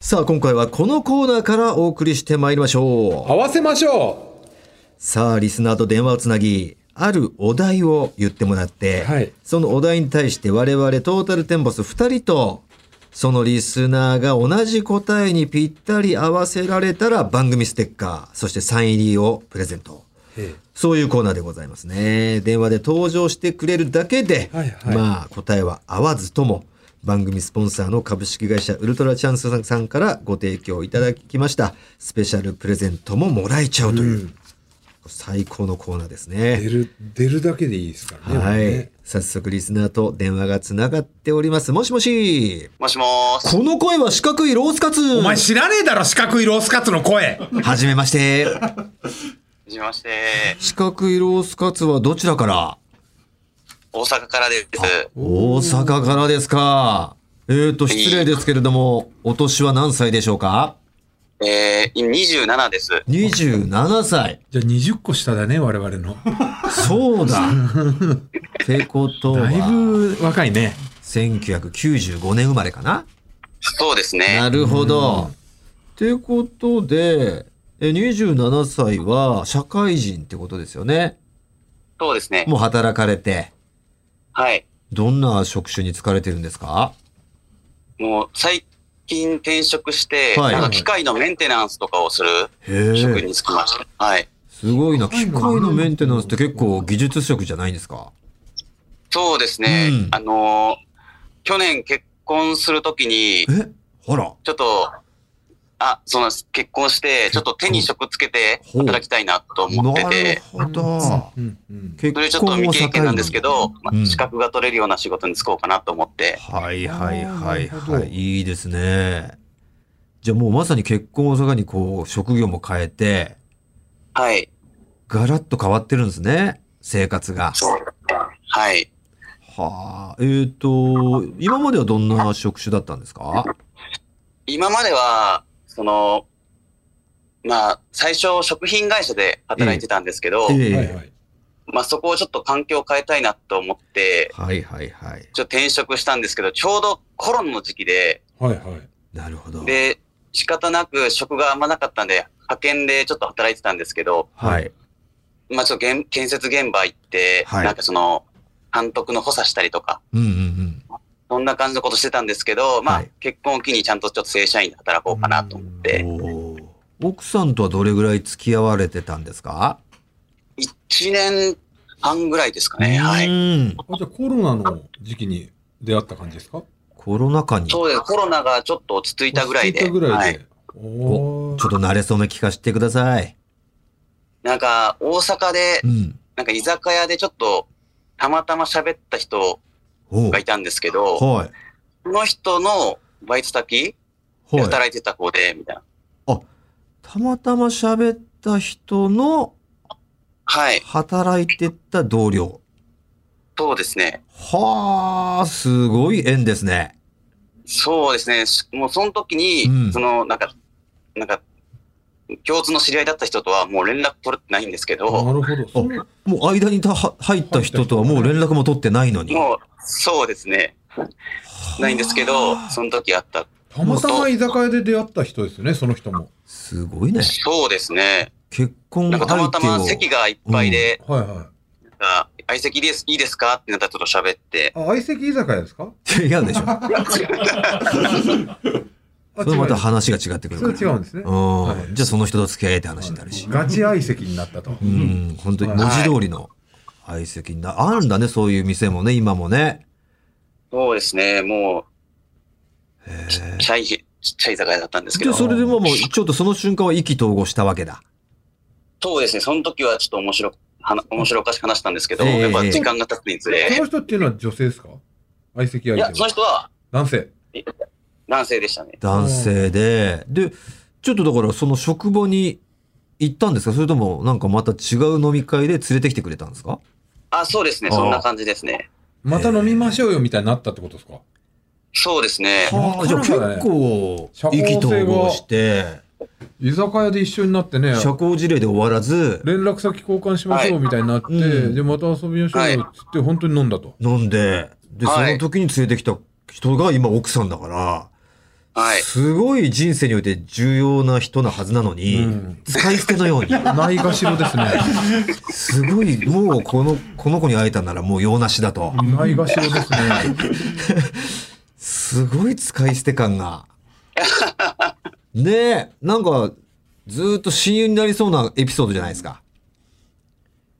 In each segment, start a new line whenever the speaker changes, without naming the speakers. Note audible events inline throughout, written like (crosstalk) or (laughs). さあ今回はこのコーナーからお送りしてまいりましょう
合わせましょ
さあリスナーと電話をつなぎあるお題を言ってもらって、
はい
そのお題に対して我々トータルテンボス2人とそのリスナーが同じ答えにぴったり合わせられたら番組ステッカーそしてサイン入りをプレゼント
うえ
そういうコーナーでございますね。電話で登場してくれるだけで、
はいはい
まあ答えは合わずとも、番組スポンサーの株式会社ウルトラチャンスさんからご提供いただきました、スペシャルプレゼントももらえちゃうという、最高のコーナーです
え出
ね。
る出るだけでいいですからね
は
ね
い。早速リスナーと電話がつながっております。もしもし。
もしもーす。
この声は四角いロースカツ
お前知らねえだろ四角いロースカツの声
はじめまして。
(laughs)
はじめまして。
四角いロースカツはどちらから
大阪からです。
大阪からですか。えっ、ー、と、失礼ですけれども、お年は何歳でしょうか
えー、27です。
?27 歳。
じゃあ20個下だね我
(laughs)
々の
そうだ。ってこと
だい
は、
ぶ若いね
1995年生まれかな
そうですね
な。るほど。ってことで、え27歳は社会人ってことですよね。
そうですね。
もう働かれて、
はい。
どんな職種に就かれてるんですか
もう最近転職して、
はい
なんか機械のメンテナンスとかをする
へー
職に就きました。はい。
すごいな。機械のメンテナンスって結構技術職じゃないんですか
そうですね。
うん
あのー去年結婚するときに、
えほら。
ちょっと、あ、そうなんです。結婚して、ちょっと手に職つけて
ほう
働きたいなと思って
なる
て、
ほど。
うんうん
結
それちょっと未経験なんですけど、ま
うん
あ資格が取れるような仕事に就こうかなと思って、
はいはいはい
あーなるほ
は
ど
い。いいですね。じゃあもうまさに結婚を境にこう、職業も変えて、
はい。
ガラッと変わってるんですね。生活が。
はい。
はあ。えっ、と、今まではどんな職種だったんですか
今までは、その、まあ、最初、食品会社で働いてたんですけど、
え
はいはい
まあ、そこをちょっと環境を変えたいなと思って、
はいはいはい。
ちょっと転職したんですけど、ちょうどコロナの時期で、
はいはい
なるほど。
で、仕方なく職があんまなかったんで、派遣でちょっと働いてたんですけど、
はい。
まあ、ちょっと現建設現場行って、
はい
なんかその、監督の補佐したりとか、
うんうんうん。
そんな感じのことしてたんですけど、まあ、
はい
結婚を機にちゃんとちょっと正社員で働こうかなと思って、
おー奥さんとはどれぐらい付き合われてたんですか
1年半ぐらいですかね、はい。
うん
あじゃあコロナの時期に出会った感じですか
コロナ禍に。
そうです。コロナがちょっと落ち着いたぐらいで。
落ち着いたぐらい
は
で。お
ちょっと慣れ初め聞かせてください。
なんか、大阪で
う、ん。
なんか居酒屋でちょっと、たまたま喋った人
おう
がいたんですけど、こ
はい。
の人のバイト先で
はい。
働いてた子で、みたいな。
たまたま喋った人の
はい。
働いてた同僚。
そうですね。
はあ、すごい縁ですね。
そうですね。しもうその時に、
うん
その、なんか、なんか、共通の知り合いだった人とはもう連絡取れてないんですけど、
なるほど。そんな
もう間にたは入った人とはもう連絡も取ってないのに。
もう、そうですね。ないんですけど
は、あ
その時あった。
たまたま居酒屋で出会った人ですよね、その人も。
すごいね。
そうですね。
結婚
なん
相
か
手
た
を
またま席がいっぱいで、
はいは
が相席です、いいですかってなったらちょっと喋って。
い。あ、相席居酒屋ですか
違うで
(laughs)
しょ。
あ、
それまた
違
話が違ってくる
う
から。
んですそれ違うんですね。は
うん。
い
じゃあその人と付き合えって話になるし。
ガチ相席になったと。
うん、本当に文字通りの相席にな、あるんだね、そういう店もね、今もね。
そうですね、も
へえ
う、ちっちゃい、ちっちゃい居酒屋だったんですけ
で、
ど。
それでもう、もうちょっとその瞬間は意気投合したわけだ。
そうですね、その時はちょっと面白く、はな面白おかしく話したんですけど、
ええ
やっぱ時間が経つにつれ
そ。の人っていうのは女性ですか相席
い
相
や、
手
その
は。
人は
男性。
男性でしたね。
男性で、で、ちょっとだからその職場に行ったんですかそれともなんかまた違う飲み会で連れてきてくれたんですか
あ、そうですね、
ああ
そんな感じですね。
また飲みましょうよみたいになったってことですか
そうですね。
はあ、じゃあ結構
社、
意
交性
気
が
投合して、
居酒屋で一緒になってね、
社交辞令で終わらず、
連絡先交換しましょうみたいになって、
はいうん
で、また遊びましょうよっつって、本当に飲んだと。
飲んで、で、そ
はい
の時に連れてきた人が今奥さんだから、
はい。
すごい人生において重要な人なはずなのに、
うん
使い捨てのように。
ないがしろで
(laughs)
すね。
すごい、もうこの、この子に会えたならもう用なしだと。
ないがしろですね。
すごい使い捨て感が。ねえ、なんか、ずーっと親友になりそうなエピソードじゃないですか。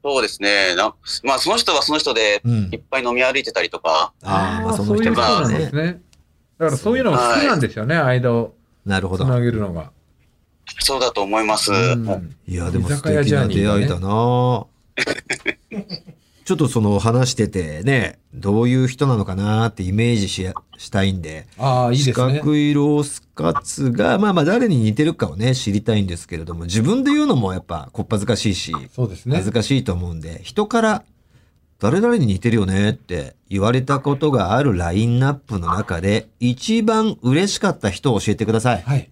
そうですね。なまあ、その人はその人で
う、ん
いっ。ぱい飲み歩いてたりとか、
ああ、まあその
うい
人
う人
が
なん
ね
ですね。だからそういうのが好きなんですよね、間を
なるほ
つ
ど。
なげるのが。
そうだと思います。
うん
いや、でも
居
素
酒屋
敵
ジャ
な
ーニー
出
だね
会いだな、ちょっとその話しててね、どういう人なのかなってイメージししたいんで、
ああ、いいです
四
ね。
角いロースカツが、まあまあ誰に似てるかをね、知りたいんですけれども、自分で言うのもやっぱこっぱずかしいし、
そうですね
恥ず。かしいと思うんで、人から誰々に似てるよねって言われたことがあるラインナップの中で、一番嬉しかった人を教えてください。
はい。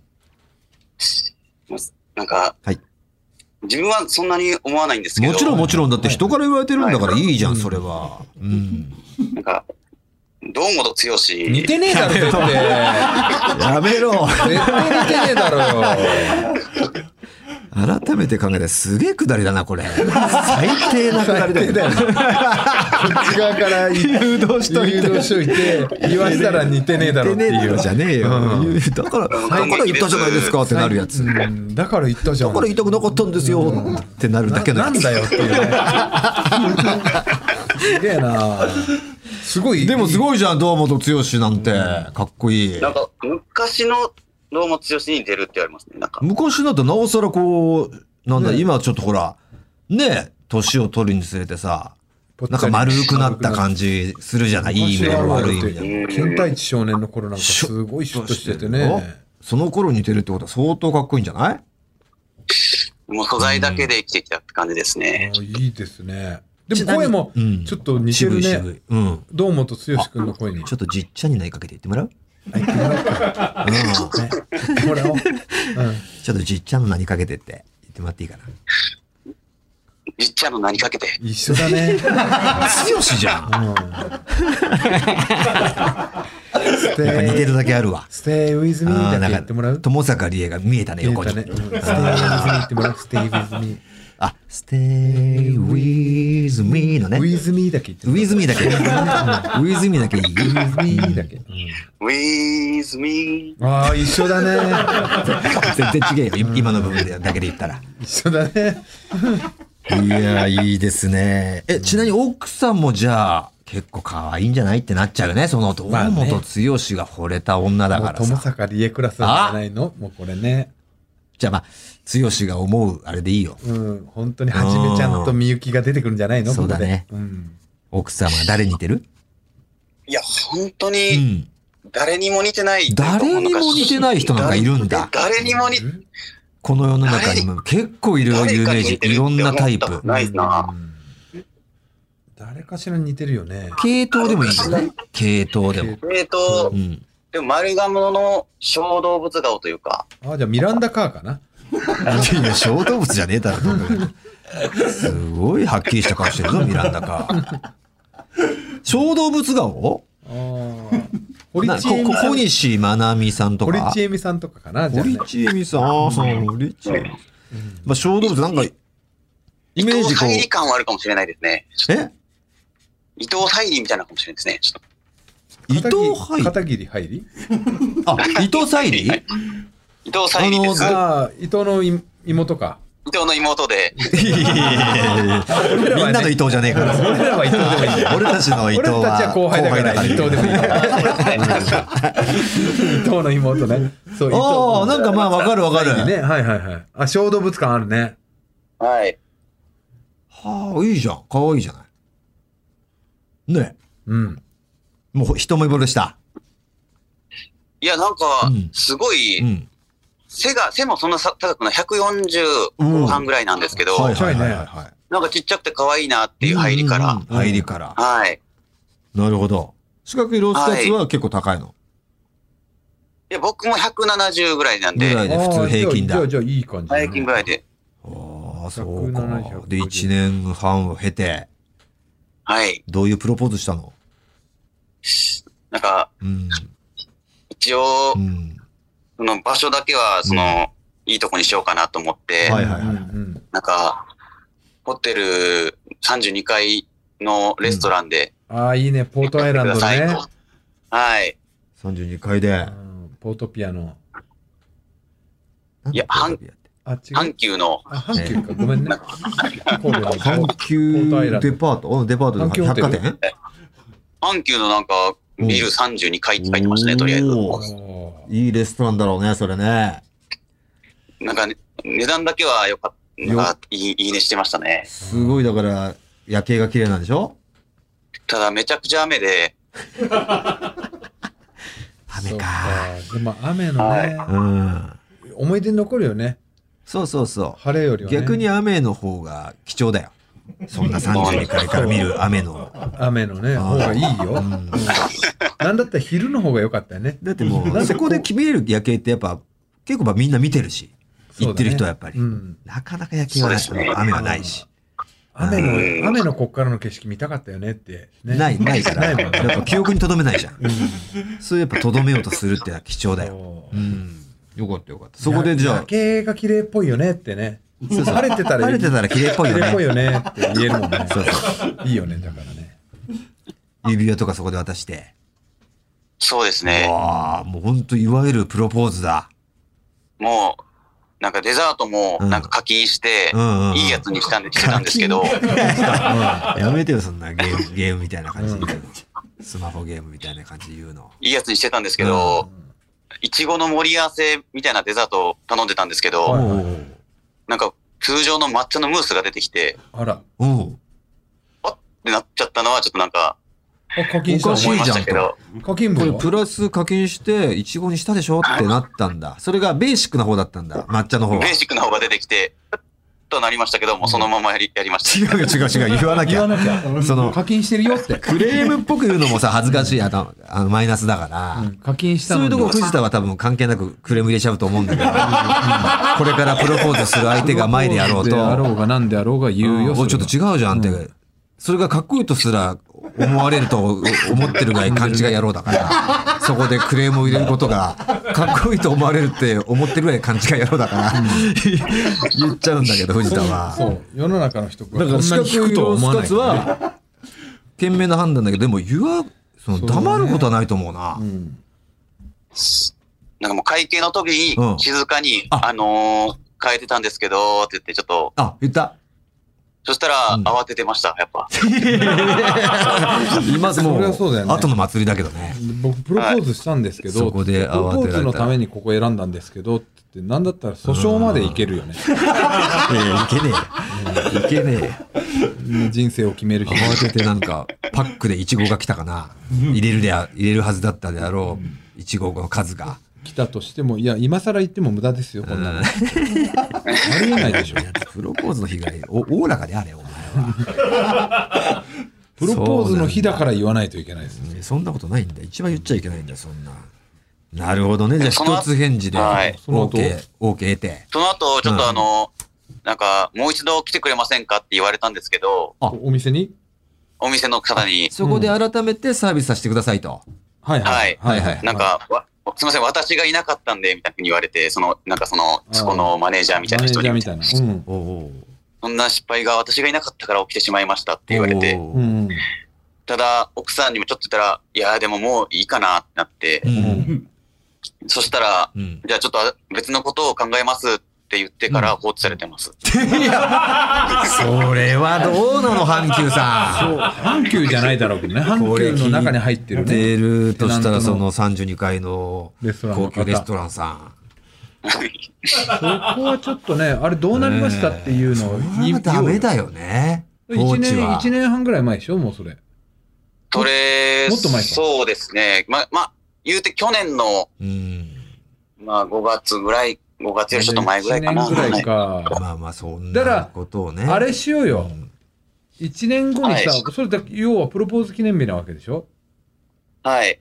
なんか、
はい
自分はそんなに思わないんですけど、
もちろんもちろん、だって人から言われてるんだから
はい
いじゃん、
はい
それは。うん。
なんか、堂本剛、
似てねえだろ、絶対。
(laughs) やめろ
絶対似てねえだろよ。
改めて考えたらすげえくだりだな、これ。最低なくだりだよ。
よ。こっち側から誘
誘導しといて。
導しといて、言わせたら似てねえだろって
似てねえ
い
だろ。
う
じゃねえよ。
う
だ
ん
から、だから言ったじゃないですかってなるやつ。だ
うんだから言ったじゃん。
から言いたくなかったんですよってなるだけの
な
や
ん
つ。
だよっていうね。すげえなすごい。
でもすごいじゃん、堂本剛なんて。かっこいい。
なんか、昔の堂本剛に似てるって言われますね。なんか、
昔だとなおさらこう、なんだ、
ね
今ちょっとほら、ねえ、年を取るにつれてさ、
ぽっち
な
ゃ
ん
り
か丸くなった感じするじゃないいい意味でも悪い意味でも。
うん
倦怠期少年の頃なんかすごいシュッとしてて
お
ね。
その頃似てるってことは相当かっこいいんじゃない
もう素材だけで生きてきたって感じです
あ
ね。
いいですね。でも声も
うん
ちょっと似て
渋
る
い
ね。
渋い。うん。
堂本剛君の声に。
ちょっとじっちゃにないかけて言ってもらう
あ言ってもらおうか
うん。ち
ねこれを。うん
ょっとじっちゃの何かけてって言ってもらっていいかな。
じっちゃんの名にかけて。
一緒だね。
剛じゃん
うん
やっぱ似てるだけあるわ。
Stay with me
あー
だけ
な
言っ
ん
てもら
か、
う
友坂理恵が見えたね、横に。
言えたねうん Stay with me ってもらう。Stay with me。
あ、stay with me のね。
With me だけ言って
ウ
もらう
ィズミーだ
(laughs)
け。ウィズミーだけいい。
With me だけ。
with me.
ああ、一緒だね。
全然違えよ。い今の部分でだけで言ったら。
一緒だね。
いやー、いいですね。え、ちなみに奥さんもじゃあ、結構可愛いんじゃないってなっちゃうね。その、堂
まあ
本
ね
剛が惚れた女だ
も
か
う
ら
友
さ。
坂理恵クラスなんじゃないのもうこれね。
じゃあまあ、剛が思う、あれでいいよ。
うん。本当にはじめちゃんとみゆきが出てくるんじゃないの
そうだね。
ここでうん。
奥様は誰に似てる
いや、本当
う
に
ん。
誰にも似てない。
誰にも似てない人なんかいるんだ。
誰にも似
うん
この世の中にも結構いるよ、
誰
有
か
名
に似
人。
てる
いろんなタイ
って思
プ
っ。ないな
うん誰かしら似てるよね。
系統でもいいよね。系統でも。
えっと
う、ん。
でも丸鴨の小動物顔というか、
あ、じゃあミランダカーかな。
いや、小動物じゃねえだろ、どう考えてもすごいはっきりした顔してるぞ、ミランダか。小動物顔
あー堀
(laughs) な
ち
こ
えみさん
小。西まなみさんと
堀
か
ち。えみさんとかかな。じゃあね
堀ちえみさん、ああ、そう、堀ちえみさん。まあ、小動物なんか、イメー
伊
ジ
藤
こ
沙莉
う、
感はあるかもしれないですね。
え
伊藤沙莉みたいなのかもしれないですね。ちょっ
伊藤
片
入
桐
り
片桐入り
あ、伊藤沙莉
と伊藤沙莉です。伊
ああ、伊藤のい妹か。
藤の
(laughs)
妹で、
いやいやいやいやみ
俺らは
ん
ね
なの伊藤じゃねえから。
俺らは伊藤でもいいんだよ。
俺たち (laughs) の伊藤
俺たちは
は
後輩だから伊藤でもいい伊藤の妹ねそう伊藤
ああ、なんかまあわかるわかる。
ねはいはいはいあ小動物感あるね
はい。
はあ、いいじゃん。可愛いじゃない。ね
うん
え。もう一目惚れした。
いや、なんか
うん、
すごい、
うん。
背が、背もそんなさ高くない、140後半ぐらいなんですけど、
はいはい
ちっち
は
ゃ
い
いね
はい。っ
なんかちっちゃくて可愛いなっていう入りから、
入りから。
はい。
なるほど。四角いロースカツは結構高いの。
いや、僕も170ぐらいなん
ぐらい
で、
で普通平均だ
ああじゃあじゃあいい感じだね
平均ぐらいで、
ああ、そうか
170。
で、1年半を経て、
はい。
どういうプロポーズしたの
なんか、
うん。
一応
う、ん。
その場所だけは、その、いいとこにしようかなと思って、
はいはいはい
うん
なんか、ホテル32階のレストランで、
ああ、いいね。ポートアイランド
ください
ね
と。はい。
32階で
う。んポートピアの。
いや
なんだ
あ、違う
阪。急の、
あ、阪急か。ごめんね。神戸の
阪急デパートうんデパート
阪
で
急ホ
百
テル
貨店
阪急のなんか、ビル32階って書いてましたね、
おー
とりあえず。
おー
いいレストランだろうね、それね。
なんかね、値段だけはよかった。なんかいい、いいねしてましたね。
すごい、だから、夜景が綺麗なんでしょ
ただめちゃくちゃ雨で、
雨か。
そうか。でも雨のね、
うん。
思い出に残るよね。
そうそうそ
晴れより
う。
はね。
逆に雨の方が貴重だよ。そんな32階から見る雨の。
雨のね、
あー
方がいい
う
よ。
ん
なんだったら昼の方が良かったよね。
だってもう、そこで決める夜景ってやっぱ、結構まあみんな見てるし、行ってる人はやっぱり
う。ん。
なかなか夜景はないし
そうですね
雨はないし。
雨
う
の、
ん
雨のこっからの景色見たかったよねって。ね
ない、ないから、
ない
や
も
っ
んね
ぱ記憶に留めないじゃん。
うん
そうやっぱ留めようとするってのは貴重だよ。
そう
うん。よかったよかった。そこでじゃ
夜
あ、
景が綺麗っぽいよねってね。
そうそう
晴れてたら
晴れてたら綺麗っぽいよ
綺麗っぽい
ね。
よねって言えるもんね。
そう
いいよね、だからね。
指輪とかそこで渡して。
そうです
う
ね。
わあ、もうほんといわゆるプロポーズだ。
もう、なんかデザートも、
うん
なんか課金して
う、んうんうん。
いいやつにしたんで、してたんですけど、
やめてよ、そんなゲーム、ゲ (laughs) ームみたいな感じで言うの。スマホゲームみたいな感じで言うの。
いいやつにしてたんですけど、いちごの盛り合わせみたいなデザートを頼んでたんですけ
は
ど、
い
なんか通常の抹茶のムースが出てきて、
あら、
おうん。
ってなっちゃったのはちょっとなんか
あ課金した
おかし
思い
い
ま
じゃ
し
ん
たけど、
課金
これ
分は
プラス課金して、イチゴにしたでしょってなったんだ。それがベーシックな方だったんだ。抹茶の方は。
ベー
違
シックな方が出てきて、となりましたけど、もうそのままやりやりまし
う違う違う。言わなき
言わ
ゃ。
なきゃ。
その
課金してるよって。
クレームっぽく言うのもさ、恥ずかしい。あの、あのマイナスだか
う
ら
ん。課金した
そう
の
いう
に。
とこ藤田は多分関係なくクレーム入れちゃうと思うんだけど、これからプロポーズする相手が前でやろう
であろ
と、
うがなんであろうが言うよ。
おいちょっと違うじゃんって、それがかっこいいとすら思われると思ってるぐらい勘違い野郎だから、そこでクレームを入れることが、かっこいいと思われるって思ってるぐらい勘違い野郎だから、言っちゃうんだけど、藤田
そ
は。
う。世の中の人が
だから、
こん
四
な
角
に引く
い
とは
ロ
思わ
ス
な
カ
い
ツ
からね。
は、賢明な判断だけど、でも言わ、その黙ることはないと思うな
う。ん。
た。なんかもう会計の時
うん
に静かに、
あ
あのー、変えてたんですけど、って言ってちょっと、
あ、言った。
そしたら
うん
慌ててました、やっぱ。
今も
それは
う
そうだよね
後の祭りだけどね。
僕、プロポーズしたんですけど、
そこで
プロ
慌てられ
ポー
たら
ズのためにここ選んだんですけどって言って、なんだったら訴訟までいけるよね。
いやいやいけねえ。いけねえ。
人生を決める日。
慌ててなんか、パックでイチゴが来たかな。入れるであ、入れるはずだったであろう、イチゴの数が。
来たとしても、いや、今更言っても無駄ですよ、こんなの。
う
あ
ん
りえないでし
(laughs)
ょ。
プロポーズの被害、お、おおらかであれ、お前は。
プロポーズの日だから言わないといけないですね。
ねそんなことないんだ。一番言っちゃいけないんだよ、そんな。なるほどね。じゃあ、
その
一つ返事で、
はい
その後
OK、OK 得て。
その後、ちょっ
うん
とあのー、なんか、もう一度来てくれませんかって言われたんですけど、
あ
お店に
お店の方に、
そこで改めてサービスさせてくださいと。
はい
はいはい
なん、か、わすみません、私がいなかったんで、みたいに言われて、その、なんかその、そこのマネージャーみたいな人
マネージャー
に
み、たいな。うん。
おお
そんな失敗が私がいなかったから起きてしまいましたって言われて、
う
うんん。
ただ、奥さんにもちょっと言ったら、いやーでももういいかなってなって、
うん。
そしたら、
うん。
じゃあちょっと別のことを考えますって言ってから放置されてます。 (laughs)
いや、それはどうなの、阪急さん。
そう、阪急じゃないだろうけどね。阪急の中に入ってるね。
出るとしたら、
テナント
そ
の
の32階の
レストランの
高
方
級レストランさ
そこはちょっとね、あれど
ん。
うなりましたっていうのを
ねえそれはダメだ
よ。
よね。放
1
置
年、
は
一。年半ぐらい前でしょ、もうそれ。
それ、
もっと前か
そうですね。ま、ま、言うて去年の、
うん。
まあ5月ぐらい、5月よりちょっと前ぐらいかな。
1年ぐらい
はい
か。
まあまあ、そん
だから
なことをね。
あれしよう
う
よ。
ん
1年後にさ
はい、
それだ要はプロポーズ記念日なわけでしょ
はい。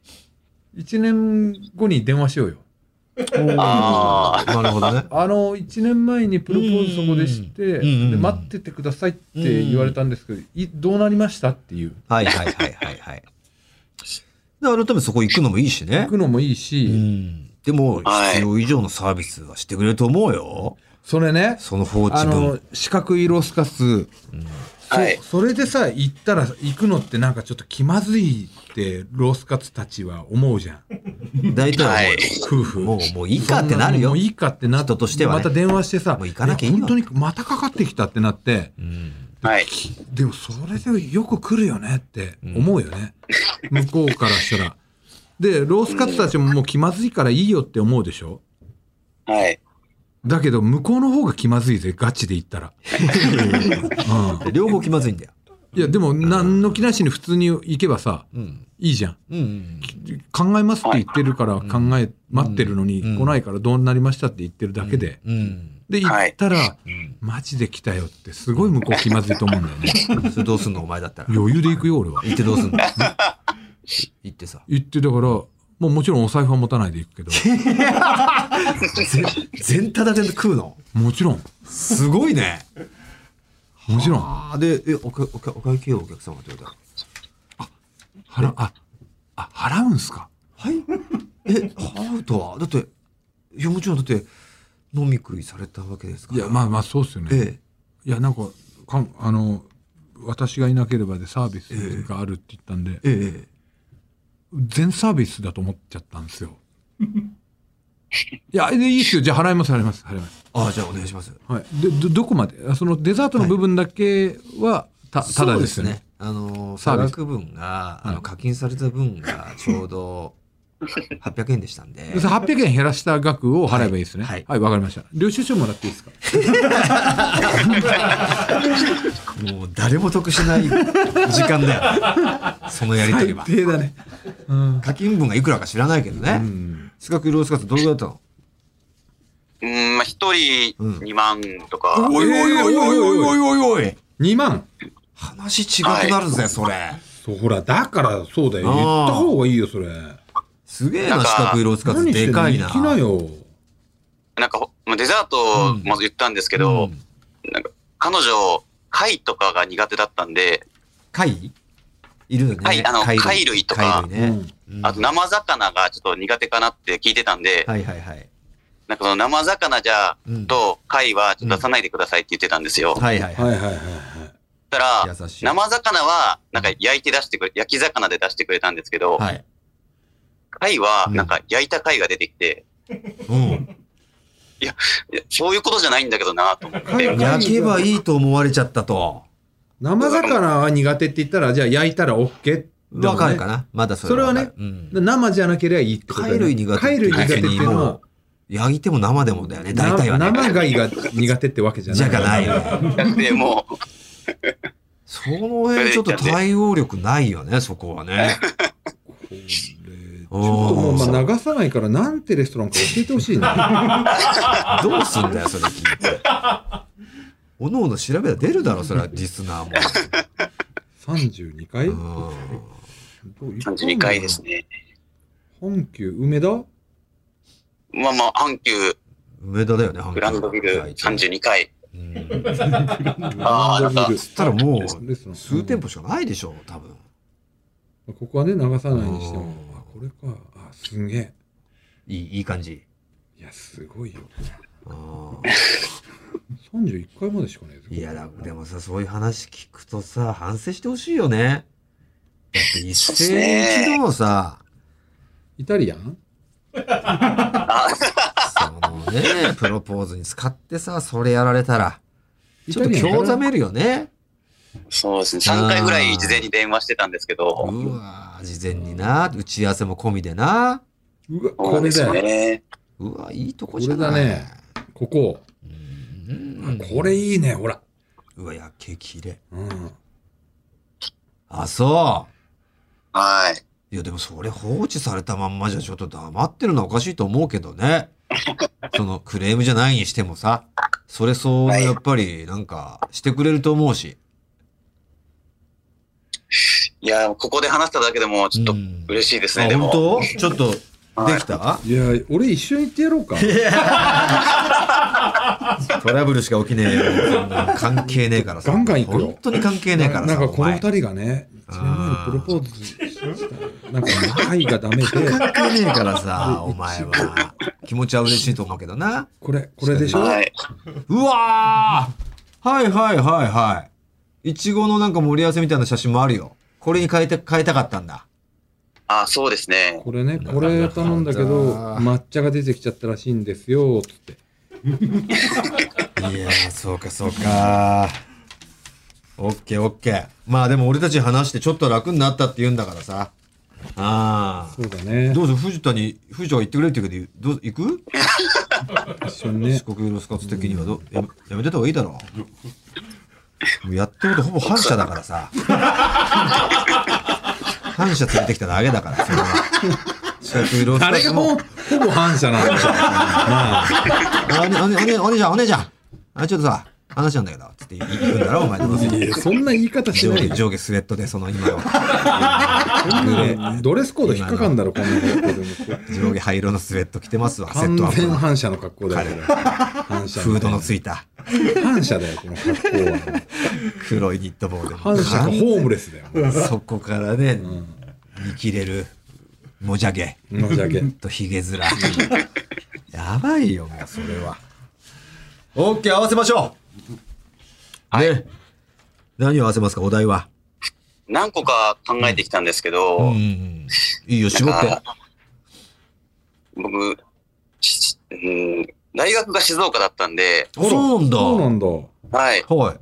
?1 年後に電話しようよ。
あ
なるほどね。
あの1年前にプロポーズそこでして、
うんうん
で待っててくださいって言われたんですけど、いどうなりましたっていう
はいはいはいはいはい。で、改めてそこ行くのもいいしね
行。くのもいいうし、
ん。でも、
はい
必要以上のサービスはしてくれると思うよ。
それね、
その放
あ
置
の
分。、
四角いロスカス、そ
はい
それでさ、行ったら、行くのってなんかちょっと気まずいって、ロスカツたちは思うじゃん。
大体は思うよ。
夫婦。
もう、もういいかってなるよ。
そんもういいかってなって。
人としてはね
また電話してさ、
もう行かなきゃいいよ
や本当にまたかかってきたってなって、
うん
はい。
でもそれでよく来るよねって思うよね。向こうからしたら。で、ロースカツたちももう気まずいからいいよって思うでしょ
はい。
だけど、向こうの方が気まずいぜ、ガチで言っ
(laughs)
たら。う
両方気まずいんだよ。
ん。いや、でも、何の気なしに普通に行けばさ、
うん。
いいじゃん。
うん。
考えますって言ってるから、考え、待ってるのに
うん
来ないからどうなりましたって言ってるだけで。
うん。
で、行
はい
ったら、
うん。
マジで来たよって、すごい向こう気まずいと思うんだよね。
それどうすんのお前だったら。
余裕で行くよ、俺は。
行ってどう
(laughs)
すんの行ってさ。
行って、だから、もうもちろんお財布は持たないで行くけど、
全タダで食うの
もちろん、
すごいね。
もちろん、
ああ、で、え、おか、おか、お会計をお客様って言われ
払、あ、あ、払うんすか
たはいえ、払うとはだって、いや、もちろんだって、飲み食いされたわけですか
い
ら。
や、まあまあ、そうっすよね。
え
いや、なんか、かんあの、私がいなければでサービスがあるって言ったんで
え、、ええ。
全サービスだと思っちゃったんですよ。いや、でいいっすよ。じゃあ払います、払います、払います。
ああ、じゃあお願いします。
はい。で、ど、どこまであそのデザートの部分だけは、た、ただですよね。
そうですね。あのー、
サ
差
ービス
額分が、あ
は
の、
い
課金された分が、ちょうど、800円でしたんで。
で800円減らした額を払えばいいですね。
は
はいい、わ、かりました。領収書もらっていい (laughs) ですか
もう、誰も得しない時間だよ。そのやりとりは。
低だね。うん。
課金分がいくらか知らないけどね。四角いロースカツどれぐらいだったの
うーん、まあ、一人
うん
2万とか。
おいおいおいおいおいおい
おいおい
2万。
話違くなるぜ、それ。
そう、ほら、だから、そうだよ。
あ
言
ー
った方がいいよ、それ。
すげえな、
なんか
四角いロースカツ。
何して
で
んの
かいな。
行きなよ。
なんかほ、まあ、デザート
うん
も言ったんですけ
け
ど、、彼女、貝とかが苦手だったんで、
貝いるよね。
貝あの貝類とか
貝類ね。うん
あと生魚がちょっと苦手かなって聞いてたんで、
はいはいはい。
なんかその生魚じゃ、
うん
と貝はちょっと出さないでくださいって言ってたんですよ。
はいはい
うん。はい
は
はいはいはい。
たら、
い。優しい。
生魚は、なんか焼いて出してくれ、焼き魚で出してくれたんですけど、
はい。
貝は
う、ん
なんか焼いた貝が出てきて、
うん。
いやそういうことじゃないんだけどなと思って。
焼けばいいと思われちゃったと。
生魚は苦手って言ったら、じゃあ焼いたら OK。
わかるかなまだそれはわかる。うん
生じゃなければいいってことだ
貝
よね
類苦手。
貝類苦手っていうのは、
焼いても生でもだよね、大
な
体はね。
生貝が苦手ってわけじゃない。
じゃがないよね。 (laughs)
で、もう、
その辺ちょっと対応力ないよね、そこは (laughs) ね。
これちょっともうまあ流さないから、なんてレストランか教えてほしいな。
(laughs) どうすんだよ、それ聞いて。おのおの調べたら出るだろ、そ (laughs) れはリスナー
32階
も。
32回です。ね。
本級、梅田
まあまあ、阪急
うん梅田だよね、阪急
グランドビル32回。
うん
あーなんか
ビル
つったらも
レス
う、
トラン
数店舗しかないでしょ、多分。
うんここはね、流さないにしても。
あー
あ、これか。あ、すげえ。
いい、いい感じ。
いや、すごいよ。
うん
31階までしかねえぞ。
いや、だでもさ、そういう話聞くとさ、反省してほしいよね。だって一
そうです
世
ね
に一度のさ、
イタリアン
あ、
そのね、プロポーズに使ってさ、それやられたら、
イ
ちょっ
タ
と
リアン
興ざめるよね。
そうですね。3回ぐらい事前に電話してたんですけど、
うわー事前にな、打ち合わせも込みでな。
うわ、
そ
こ
う
れ
です
だよ。
ね。
うわ、いいとこじゃない。
これだねここ。
うん。
これいいね、ほら。
うわ、やけきれ。
うん。
あ、そ
はい。
う。いや、でもそれ放置されたまんまじゃちょっと黙ってるのはおかしいと思うけどね。そのクレームじゃないにしてもさ、それ相応のやっぱりなんかしてくれると思うし。
いや、ここで話しただけでも、ちょっと
うん
嬉しいですね、
あ、
でも。
本当ちょっとできた
いや、俺一緒に行ってやろうか。
トラブルしか起きねえよ。そんな関係ねえからさ。
ガンガン行くよ
本当に関係ねえから
な
さ。
んかこ
お
の
前
二人がね、1年前にプロポーズしなんか、はいがダメで、
(laughs) かかねえからさ、お前は。気持ちは嬉しいと思うけどな。
これ、これでしょ
はい。
うわーはいはいはいはい。いちごのなんか盛り合わせみたいな写真もあるよ。これに変えて、変えたかったんだ。
あ、そうですね。
これね、これ頼んだけど、抹茶が出てきちゃったらしいんですよ、つって。
いやー、そうかそうか。オッケーオッケー。まあでも俺たち話してちょっと楽になったって言うんだからさ。あ
そうだ
あ。
ね。
どうぞ藤田に、藤田が行ってくれって言うけど、どう、行く
一緒にね
四。国ロスカツ的にはど、やめやめてた方がいいだろう。もうやってることほぼ反社だから
(laughs)
さ。反社連れてきただけだから、それは。四国ロス
あ
カ
れ
ツ
がも
も
う、。ほぼ反射なんだよ。まあ、
あお姉、お姉、お姉ちゃん、お姉ちゃん。あ、ちょっとさ、話なんだけど、つって言うんだろ、お前どうせ。(laughs)
いやそんな言い方し
上
な
下
いよ。
上下スウェットでその今の
そんなねドレスコード引っかかんだろ、こんな格好でも。
上下灰色のスウェット着てますわセ
完
ットアップ
全
の
反射の格好だよ、これ。反射。
フードのついた
反射だよ、この格好は。
黒いニット帽で
反射がホームレスだよ。
そこからね見切れるもじゃげ
のじゃけ。
とひげ面やばいよもうそれは OK 合わせましょうね何を合わせますかお題は
何個か考えてきたんですけ
う
ど、
んいいよ絞って
あ僕、しうん、大学が静岡だったんで、
あ
(laughs)
ら
そうなんだ
そうなんだ。
はい。
は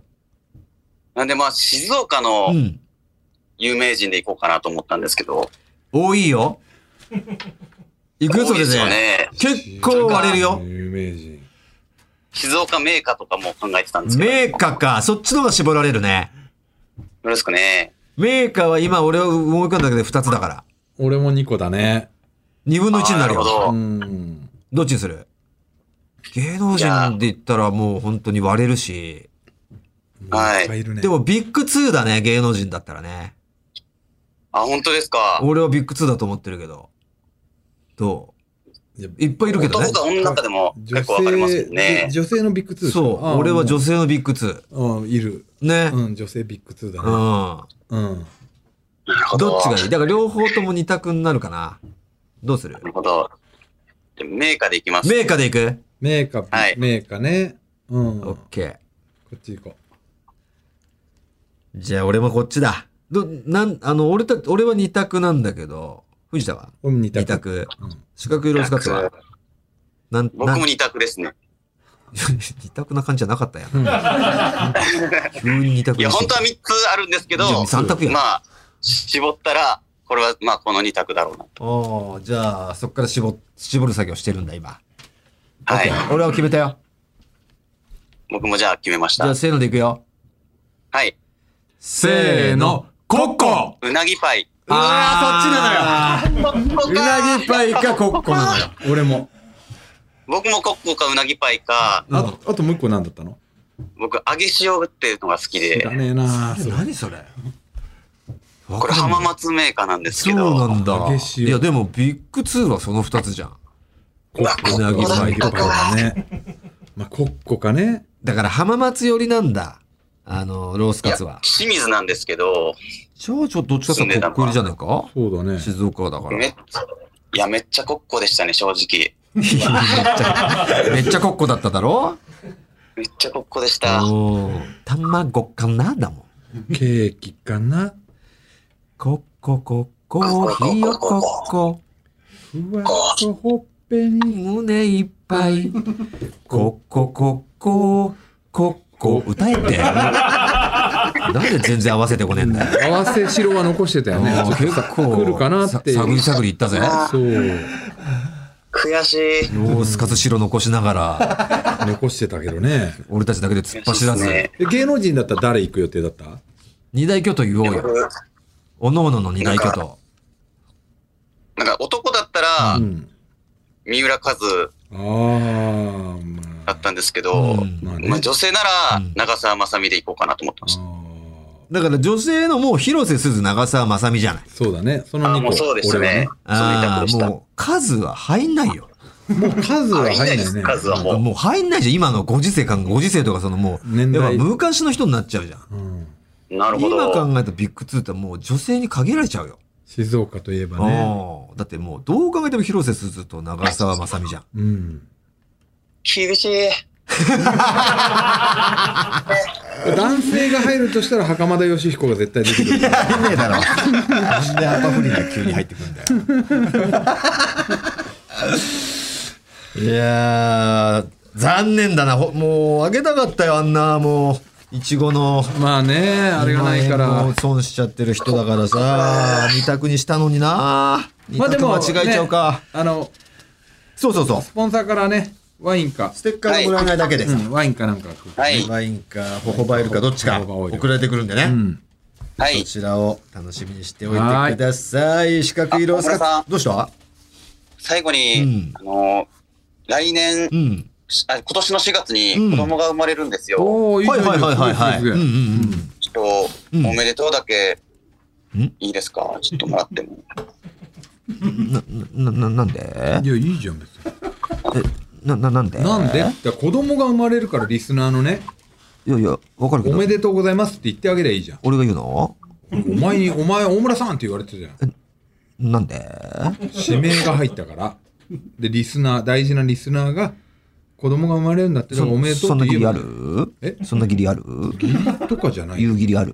なんでまあ、静岡
い、う
の
ん、
有名人で行こうかなと思ったんですけど。
多いよいく
そ
ぞ
う
で
ですよ
ね
ね。
結構割れるよ
有名人。
静岡名家とかも考えてたんですけど。よ
メーカーか。そっちの方が絞られるね。
ろしくね。
メーカーは今俺を思い浮かんだけで2つだから。
俺も2個だね。
2分の1になる
あーなる
よ。
ほ
う
ど。
ん。
どっちにする芸能人で言ったらもう本当に割れるし。
はい
っぱいいるね。
でもビッグ2だね、芸能人だったらね。
あ、本当ですか。
俺はビッグ2だと思ってるけど。ど
いや、
ういっぱいいるけどね
男。か女かでも
女
結構分かりますよ
性、
ね
で。女性のビッグ2でしょ
そう。俺は女。性のビッグ2。
あーうん、いる。
ね。
うん、女性ビッグ2だ
う
ね。
ん。
うん。
なるほど。
どっちがいいだから両方とも2択になるかな。どうする
なるほど。じゃあ名家でいきます。
メーカーでいく
メーカ
は
ー、
い
メーカーね。うん。
オッ
こ
ケー。
っち行こ
じゃあ俺もこっちだ。ど、なん、あの、俺た、俺は二択なんだけど、藤田は
う。俺も2択。
二択。
うん。
四角いロースカツは。なん、な
僕
ん
も、二択ですね。
(laughs) 二択な感じじゃなかったやん。 (laughs) 急に二択
いや、本当は
見
三つあるんですけど、
三択やん。
ま
あ
あ、絞ったら、これは、まあ、この二択だろうな。
あー、じゃあ、そっから絞、絞る作業してるんだ、今。
はい。
OK 俺は決めたよ。
僕もじゃあ決めまし
じゃ
た
あ、。せーのでいくよ。
はい。
せーの。
コッコ
うなぎパイ。
うわー、そっちなのよ。うなぎパイかコッコなのよ。
俺も。
僕もコッコかうなぎパイか、
あと、あともう一個何だったの
僕、揚げ塩っていうのが好き
知
で
ら、ねえなそれ
何それわ
これ
かんない
浜松メーカーなんです
そ
け
う
ど、
なんだ
揚げ。塩
いや、でも、ビッグ2はその2つじゃん。
コッコ
うなぎパイ
うなぎだね。まあ、コッコかね。
だから、浜松寄りなんだ。あの、ロース
い
カ
や
ツは。
清水なんですけど、
じゃあ、ちょっとどっちかっていうと、こっこ入りじゃないか
そうだね。
静岡だから。 (laughs)
め
め
っ
っ
ちゃ、いや、めっちゃコッコでしたね、正直。
ちゃ、めっちゃコッコだっただろ
めっちゃコッコでした。
うん。卵かなだもん。
ケーキかな。
コッココッコ、ひよコッコ、
ふわっとほっぺに。
胸いっぱい。コッココッコ、コッコ、歌えて。なんで全然合わせてこねえんだよ。
合わせ白は残してたよね。
あー
ちょっとさ
結構
来るかなってい
さ
う。
探り探り行ったぜ
そう。
悔しい。
ロースカツ白残しながら
残してたけどね。
俺たちだけで突っ走らず、
悔しいですね
え芸能人だったら誰行く予定だった
二大巨頭言おうよ
僕
おのおのの二大巨頭
なんか男だったら
う、ん。
三浦和
ああ、まあ。
だったんですけ
う
ど、
ん
まあね。
まあ女性な
う
ら
ん
長澤まさみでいこうかなと思ってま
あ
した。
ー
だから女性のもう広瀬すず長澤まさみじゃない
そうだね。その
あ
2
も
個。
うそうですね。その二択
あ
でし
あ
た。
もう数は入んないよ
俺はね。もう数は入んないね。
数はもう
もう入んないじゃん今のご時世感ご時世とかそのもう
年代
やっぱ昔の人になっちゃうじゃん
うん。
なるほ
今
ど。
考えたビッグ2ってもう女性に限られちゃうよ
静岡といえばね。
ああだってもうどう考えても広瀬すずと長澤まさみじゃ (laughs) ん。
うん。
厳しい。
男性が入るとしたら袴田義彦が絶対出てくる。
(laughs) 入んねえだろ。なんで赤フリで急に入ってくるんだよ。 (laughs) いやー、残念だな。ほもう、あげたかったよ、あんな、もう、いちごの。
まあね、あれがないか
も
ら
う。損しちゃってる人だからさ、二択にしたのにな。二
まあで
択
も
間違えちゃうか。
あの、
そうそうそう。
スポンサーからね、ワインか、
ステッカーがもらえないだけで
う
さ。
ん、ワインかなんか。
はい。
ワインか、ホホバイルか、どっちか
ホホバイル
送られてくるんでね。
うん。
は
そ
い。
ちらを楽しみにしておいてください。四角いロース
あ小
カ
村さん
どうした
最後に、
うん
あの、来年、
うん。
あ今年の4月に
うん
子供が生まれるんですよ。
おお、いい
はいはいはいはいはい。
すご
うんう
すごすご
ん
ちょっと、
うん
おめでとうだけ
ん、
いいですかちょっともらっても。
うん。な、な、なんで
いや、いいじゃん、別に。
な、な、なんで
なんでだから子供が生まれるから、リスナーのね、
いやいや、わかるけ
お
ど
め。でとうございますって言ってあげりゃいいじゃん。
俺が言うの
お前に、お前、大村さんって言われてたじゃん。
なんで
指名が入ったから。で、リスナー、大事なリスナーが、子供が生まれるんだって、だ
そ
からおめでと
そ
うんっ
な
て
義
言え
理あ
ば、
る
え
そんな義理ある
とかじゃない。
言う義理ある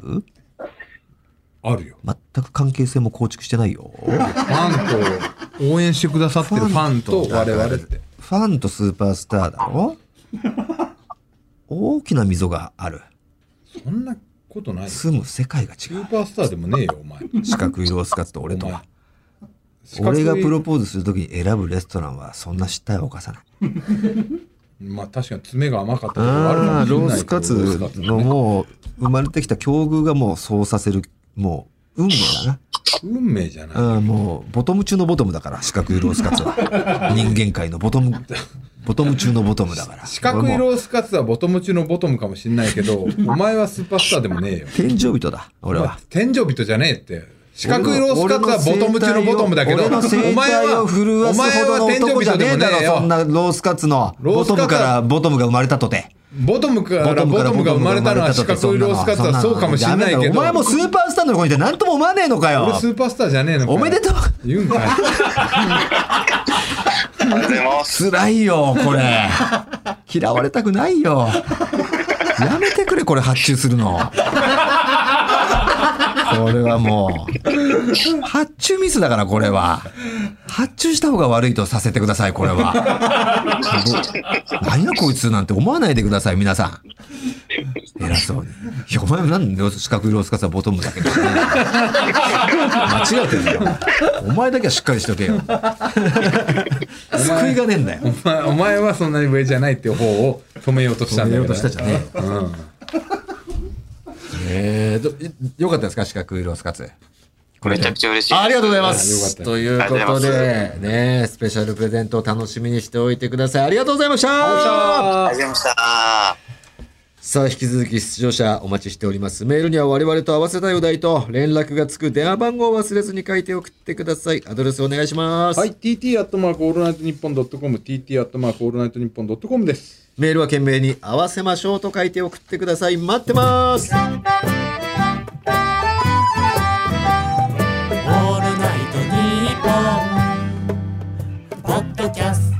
あるよ。
全く関係性も構築してないよ。
ファンと、応援してくださってるファンと、我々って。
ファンとスーパースターだろ大きな溝がある。
そんなことないよ。ス
住む世界が違
ー
う。
パースターでもねえよ、お前。
四角いロースカツと俺と
お前
は。俺がプロ
四角い
ポーズするときに選ぶレストランはそんな失態は犯さない。
まあ確かに爪が甘かったところある
あ
か
あー、
もしれ
ロ
な
ー
いけ
ス
ど
カツ
ロースカツ
の
ね
もう、生まれてきた境遇がもうそうさせる、もう、運命だ
運命じゃない。
な。うん、もう、ボトム中のボトムだから、四角いロースカツは。人間界のボトム、ボトム中のボトムだから。
四角い
俺も
ロースカツはボトム中のボトムかもしんないけど、お前はスーパースターでもねえよ。
天井人だ、俺
お
は
前。天井人じゃねえって。四角いロースカツはボトム中のボトムだけど、お
俺
前
の生態
は、
を震
お
わす
前
ほど
は
の
天井
男じゃ
人
ねえ
でもね
だ
え
ろ、そん
よ。
なロースカツの。
ロ
ボ
ース
ト
カツは
ムからボトムが生まれたとて。
ボトムからボトムが生まれたのは四角いロースカツはそうかもしんないけど、
お前もスーパースターの子にいて何とも思わねえのかよ
俺スーパースターじゃねえのかよ
おめでとう
言うんかい。
ありがとうございます。
辛いよこれ嫌われたくないよやめてくれこれ発注するのこれはもう発注ミスだからこれは発注した方が悪いとさせてくださいこれはぼ何やこいつなんて思わないでください皆さん偉そうにいやお前もなんで四角いロースカツはボトムだけど、間違ってるよお前だけはしっかりしとけよ救いがねえんだよ
お前お前はそんなに上じゃないっていう方を止めようとしたんだけど。
ね
うん
(laughs) えー、どいよかったですか四角いロースカツ。これ
めちゃくちゃ嬉しいです
ありがとうございま
よかっ
す。
た
というこ
ありがとう
と
ござ
で、ね、スペシャルプレゼントを楽しみにしておいてください。ありがとうございまし。
よった
あ
しゃ
りがとうございました。
さあ、引き続き出場者お待ちしております。メールには我々と合わせたいお題と連絡がつく電話番号を忘れずに書いて送ってください。アドレスお願いします。
はい、TT アットマークオールナイトニッポンドットコム、TT アットマークオールナイトニッポンドットコムです。
メールは懸命に合わせましょうと書いて送ってください。待ってます。
オールナイトニッポン」ポッドキャスト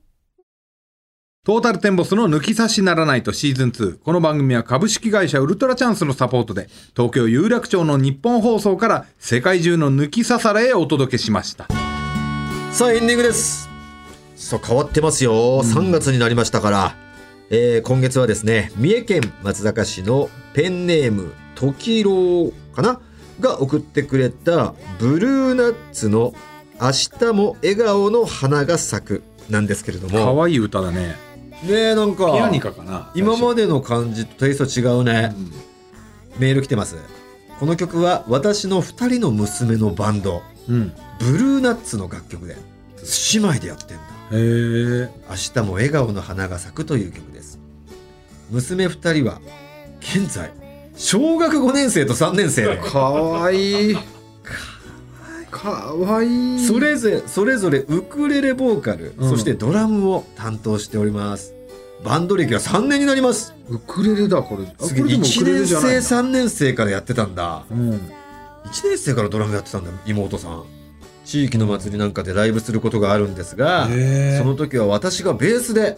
トータルテンボスの抜き差しならないとシーズン2。この番組は株式会社ウルトラチャンスのサポートで、東京有楽町の日本放送から世界中の抜き差されへお届けしました。
さあエンディングですさあ変わってますよ、3月になりましたから、えー今月はですね三重県松坂市のペンネーム時郎かなが送ってくれたブルーナッツの「明日も笑顔の花が咲く」なんですけれど
可
も
愛い歌だね。
ねえなんか
ピアニカかな
今までの感じとテイスト違うね、メール来てますこの曲は私の2人の娘のバンド
うん。
ブルーナッツの楽曲で姉妹でやってんだ
へえ。
明日も笑顔の花が咲くという曲です娘2人は現在小学5年生と3年生
かわいいかわいい
それぞれそれぞれウクレレボーカル、
うん
そしてドラムを担当しておりますバンド歴は3年になります
ウクレレだこれあ
次
これでもウ
1
クレレ
年
じ
生
ゃないんだ
3年生からやってたんだ
うん
1年生からドラムやってたんだ妹さん地域の祭りなんかでライブすることがあるんですが
へえ
その時は私がベースで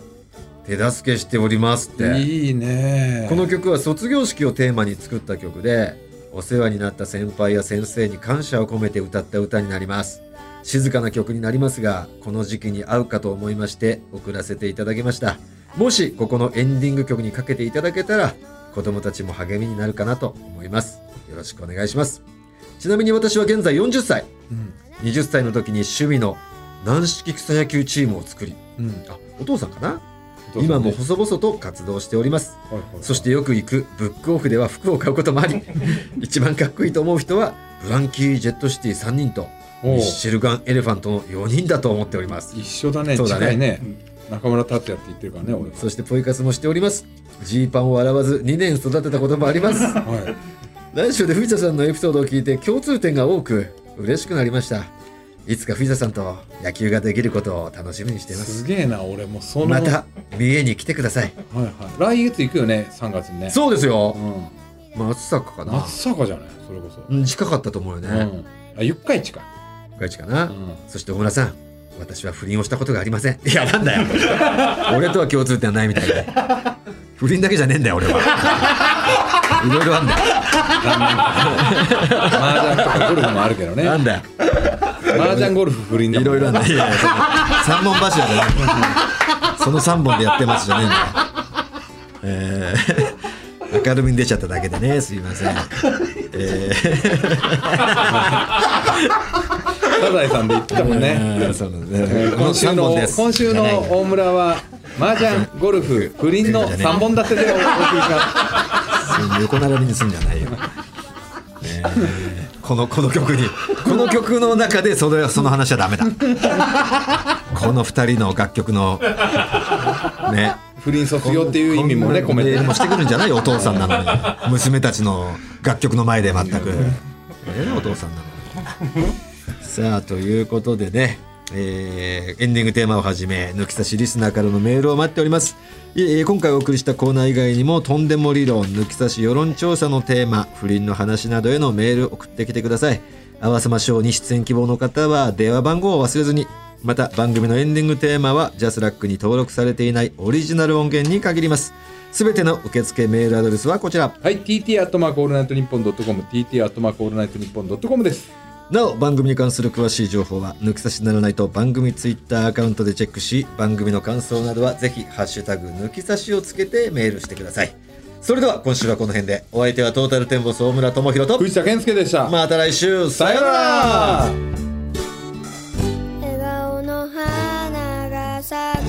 手助けしておりますって
いいね
この曲は卒業式をテーマに作った曲でお世話になった先輩や先生に感謝を込めて歌った歌になります静かな曲になりますがこの時期に合うかと思いまして送らせていただきましたもしここのエンディング曲にかけていただけたら子供たちも励みになるかなと思いますよろしくお願いしますちなみに私は現在40歳
うん
20歳の時に趣味の軟式草野球チームを作り
うん
あお父さんかな今も細々と活動しておりますそしてよく行くブックオフでは服を買うことも (laughs) あり一番かっこいいと思う人はブランキー・ジェットシティ3人と
おう
ミッシェルガン・エレファントの4人だと思っております
一緒だね
そうだね
近いね中村達也って言ってるからね俺
そしてポイ活もしておりますジーパンを洗わず2年育てたこともあります (laughs)
ははい
来週で藤田さんのエピソードを聞いて共通点が多く嬉しくなりましたいつか藤田さんと野球ができることを楽しみにしていますす
げえな俺もその
ま
は
た三重に来てください
いはい来月行くよね3月にね
そうですよ
うん
松坂かな
松坂じゃないそれこそ
うん近かったと思うよ
う
ね
んあゆっかいちか
深市かな、
うん
そして小村さん、私は不倫をしたことがありません。いや、なんだよ。 (laughs) 俺とは共通点はないみたいで。不倫だけじゃねえんだよ、俺は。いろいろあんだよ。
麻雀とかゴルフもあるけどね
なんだよ。
麻雀ゴルフ不倫だ
い
もん
ろいろあんだよ。いやいやその三本柱じゃない。その三本でやってますじゃねえんだよ。えー、明るみに出ちゃっただけでね、すいません。え
サザエさんで言ってたもんね
ー、そうなんだねこの
今週
三本
の
です。
今週の
じゃない
大村は麻雀ゴルフ不倫の3本立てでお送りしま
横並びにすんじゃないよ。ねえこのこの曲にこの曲の中でそのその話はダメだ。この二人の楽曲のね。
す不倫卒業っていう意味もね
こ
込
んな
め
メ
て
ールもしてくるんじゃないお父さんなのに娘たちの楽曲の前で全く。えお父さんなのに。さあということでね。えーエンディングテーマをはじめ抜き差しリスナーからのメールを待っております、えー今回お送りしたコーナー以外にもとんでも理論抜き差し世論調査のテーマ不倫の話などへのメール送ってきてください合わせましょうに出演希望の方は電話番号を忘れずにまた番組のエンディングテーマはジャスラックに登録されていないオリジナル音源に限りますすべての受付メールアドレスはこちら
はい TT アットマークオールナイトニッポンドットコム TT アットマークオールナイトニッポンドットコムです
なお番組に関する詳しい情報は抜き差しならないと番組ツイッターアカウントでチェックし番組の感想などはぜひ「ハッシュタグ抜き差し」をつけてメールしてくださいそれでは今週はこの辺でお相手はトータルテンボス大村智広と
藤田健介でした
また来週さ
さ
よ
よ
う
う
なら
なら
笑顔の花が咲く